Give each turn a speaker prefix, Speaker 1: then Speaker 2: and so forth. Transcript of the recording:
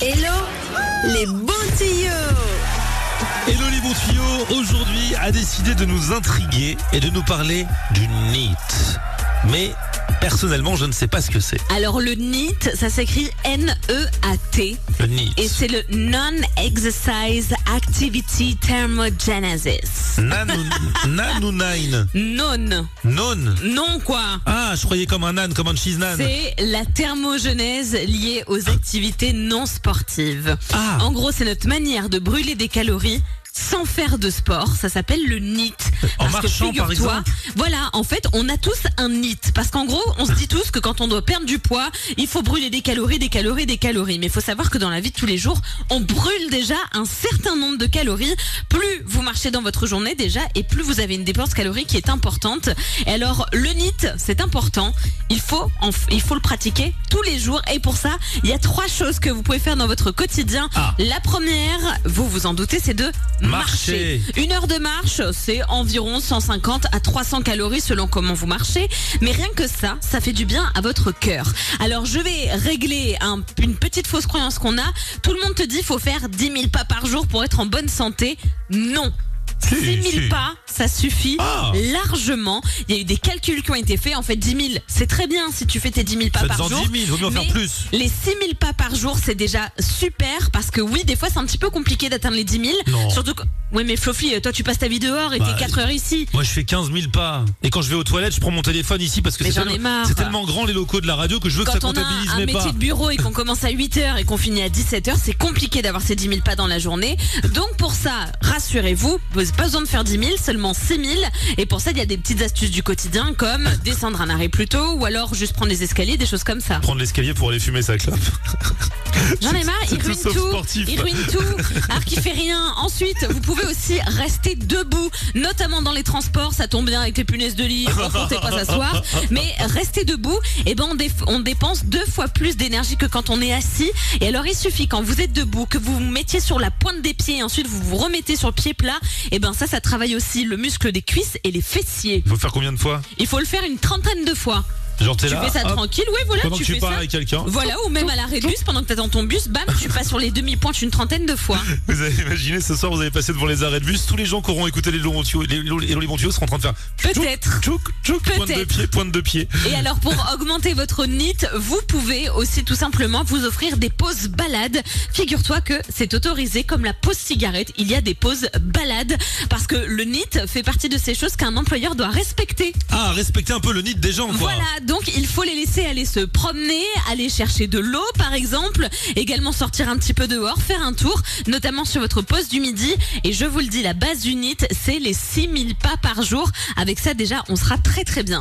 Speaker 1: Hello les bons tuyaux
Speaker 2: Hello les bons tuyaux, aujourd'hui a décidé de nous intriguer et de nous parler du NEAT. Mais personnellement, je ne sais pas ce que c'est.
Speaker 1: Alors le NEAT, ça s'écrit N-E-A-T
Speaker 2: Le NEAT.
Speaker 1: et c'est le Non-Exercise Activity Thermogenesis.
Speaker 2: Nanou- Nanounine.
Speaker 1: Non,
Speaker 2: Non.
Speaker 1: non quoi
Speaker 2: Ah, je croyais comme un âne, comme un cheese nan.
Speaker 1: c'est la thermogenèse liée aux activités non sportives.
Speaker 2: Ah.
Speaker 1: En gros, c'est notre manière de brûler des calories sans faire de sport. Ça s'appelle le NIT.
Speaker 2: En
Speaker 1: Parce que,
Speaker 2: marchant, par
Speaker 1: figure-toi,
Speaker 2: exemple.
Speaker 1: Voilà, en fait, on a tous un NIT. Parce qu'en gros, on se dit tous que quand on doit perdre du poids, il faut brûler des calories, des calories, des calories. Mais il faut savoir que dans la vie de tous les jours, on brûle déjà un certain nombre de calories. Plus vous marchez dans votre journée déjà, et plus vous avez une dépense calorique qui est importante. Et alors, le NIT, c'est important. Il faut, en f- il faut le pratiquer tous les jours. Et pour ça, il y a trois choses que vous pouvez faire dans votre quotidien.
Speaker 2: Ah.
Speaker 1: La première, vous vous en doutez, c'est de
Speaker 2: Marcher.
Speaker 1: marcher. Une heure de marche, c'est environ 150 à 300 calories selon comment vous marchez. Mais rien que ça, ça fait du bien à votre cœur. Alors je vais régler un- une petite fausse croyance qu'on a. Tout le monde te dit faut faire 10 000 pas par jour pour être en bonne santé. Non.
Speaker 2: Si,
Speaker 1: 6 000
Speaker 2: si.
Speaker 1: pas, ça suffit
Speaker 2: Ah.
Speaker 1: largement. Il y a eu des calculs qui ont été faits. En fait, 10 000, c'est très bien si tu fais tes 10 000 pas par
Speaker 2: Faites-en
Speaker 1: jour.
Speaker 2: 10 000, vaut mieux en faire
Speaker 1: Mais
Speaker 2: plus.
Speaker 1: les 6000 pas par jour, c'est déjà super parce que oui, des fois c'est un petit peu compliqué d'atteindre les 10 000.
Speaker 2: Non.
Speaker 1: Surtout que. Oui, mais Flofi, toi tu passes ta vie dehors et
Speaker 2: Bah,
Speaker 1: t'es 4 heures ici.
Speaker 2: Moi, je fais 15 000 pas. Et quand je vais aux toilettes, je prends mon téléphone ici parce que
Speaker 1: Mais
Speaker 2: c'est
Speaker 1: j'en ai
Speaker 2: tellement,
Speaker 1: marre.
Speaker 2: c'est tellement grand les locaux de la radio que je veux que ça
Speaker 1: Quand on a
Speaker 2: comptabilise
Speaker 1: un
Speaker 2: mes
Speaker 1: métier
Speaker 2: pas.
Speaker 1: de bureau et qu'on commence à 8 heures et qu'on finit à 17 heures, c'est compliqué d'avoir ces 10 000 pas dans la journée. Donc pour ça, rassurez-vous, pas besoin de faire 10 000, seulement 6 000. Et pour ça, il y a des petites astuces du quotidien comme descendre un arrêt plus tôt ou alors juste prendre les escaliers, des choses comme ça.
Speaker 2: Prendre l'escalier pour aller fumer sa clope.
Speaker 1: J'en ai marre,
Speaker 2: C'est
Speaker 1: il
Speaker 2: tout
Speaker 1: ruine
Speaker 2: sauf
Speaker 1: tout,
Speaker 2: sportif.
Speaker 1: il ruine tout, alors qu'il fait rien. Ensuite, vous pouvez aussi rester debout, notamment dans les transports, ça tombe bien avec les punaises de lit, on comptait pas s'asseoir, mais rester debout, eh ben on, dé- on dépense deux fois plus d'énergie que quand on est assis. Et alors il suffit quand vous êtes debout que vous vous mettiez sur la pointe des pieds, et ensuite vous vous remettez sur le pied plat, et ben ça ça travaille aussi le muscle des cuisses et les fessiers.
Speaker 2: Faut faire combien de fois
Speaker 1: Il faut le faire une trentaine de fois.
Speaker 2: Genre, t'es
Speaker 1: Tu
Speaker 2: là.
Speaker 1: fais ça
Speaker 2: hop,
Speaker 1: tranquille, oui voilà,
Speaker 2: pendant
Speaker 1: tu
Speaker 2: que tu
Speaker 1: fais
Speaker 2: parles
Speaker 1: ça.
Speaker 2: avec quelqu'un.
Speaker 1: Voilà, ou même à l'arrêt de bus, pendant que t'es dans ton bus, bam, tu passes sur les demi-pointes une trentaine de fois.
Speaker 2: Vous avez imaginé, ce soir, vous avez passé devant les arrêts de bus. Tous les gens qui auront écouté les longs tuyaux, les, les, les bons tuyaux seront en train de faire
Speaker 1: Peut-être.
Speaker 2: tchouk, tchouk, pointe de
Speaker 1: Peut-être.
Speaker 2: pied, pointe de pied.
Speaker 1: Et alors, pour augmenter votre NIT, vous pouvez aussi tout simplement vous offrir des pauses balades. Figure-toi que c'est autorisé comme la pause cigarette. Il y a des pauses balades parce que le NIT fait partie de ces choses qu'un employeur doit respecter.
Speaker 2: Ah, respectez un peu le nid des gens, quoi.
Speaker 1: Voilà, donc il faut les laisser aller se promener, aller chercher de l'eau par exemple, également sortir un petit peu dehors, faire un tour, notamment sur votre pause du midi. Et je vous le dis, la base du NIT, c'est les 6000 pas par jour. Avec ça déjà, on sera très très bien.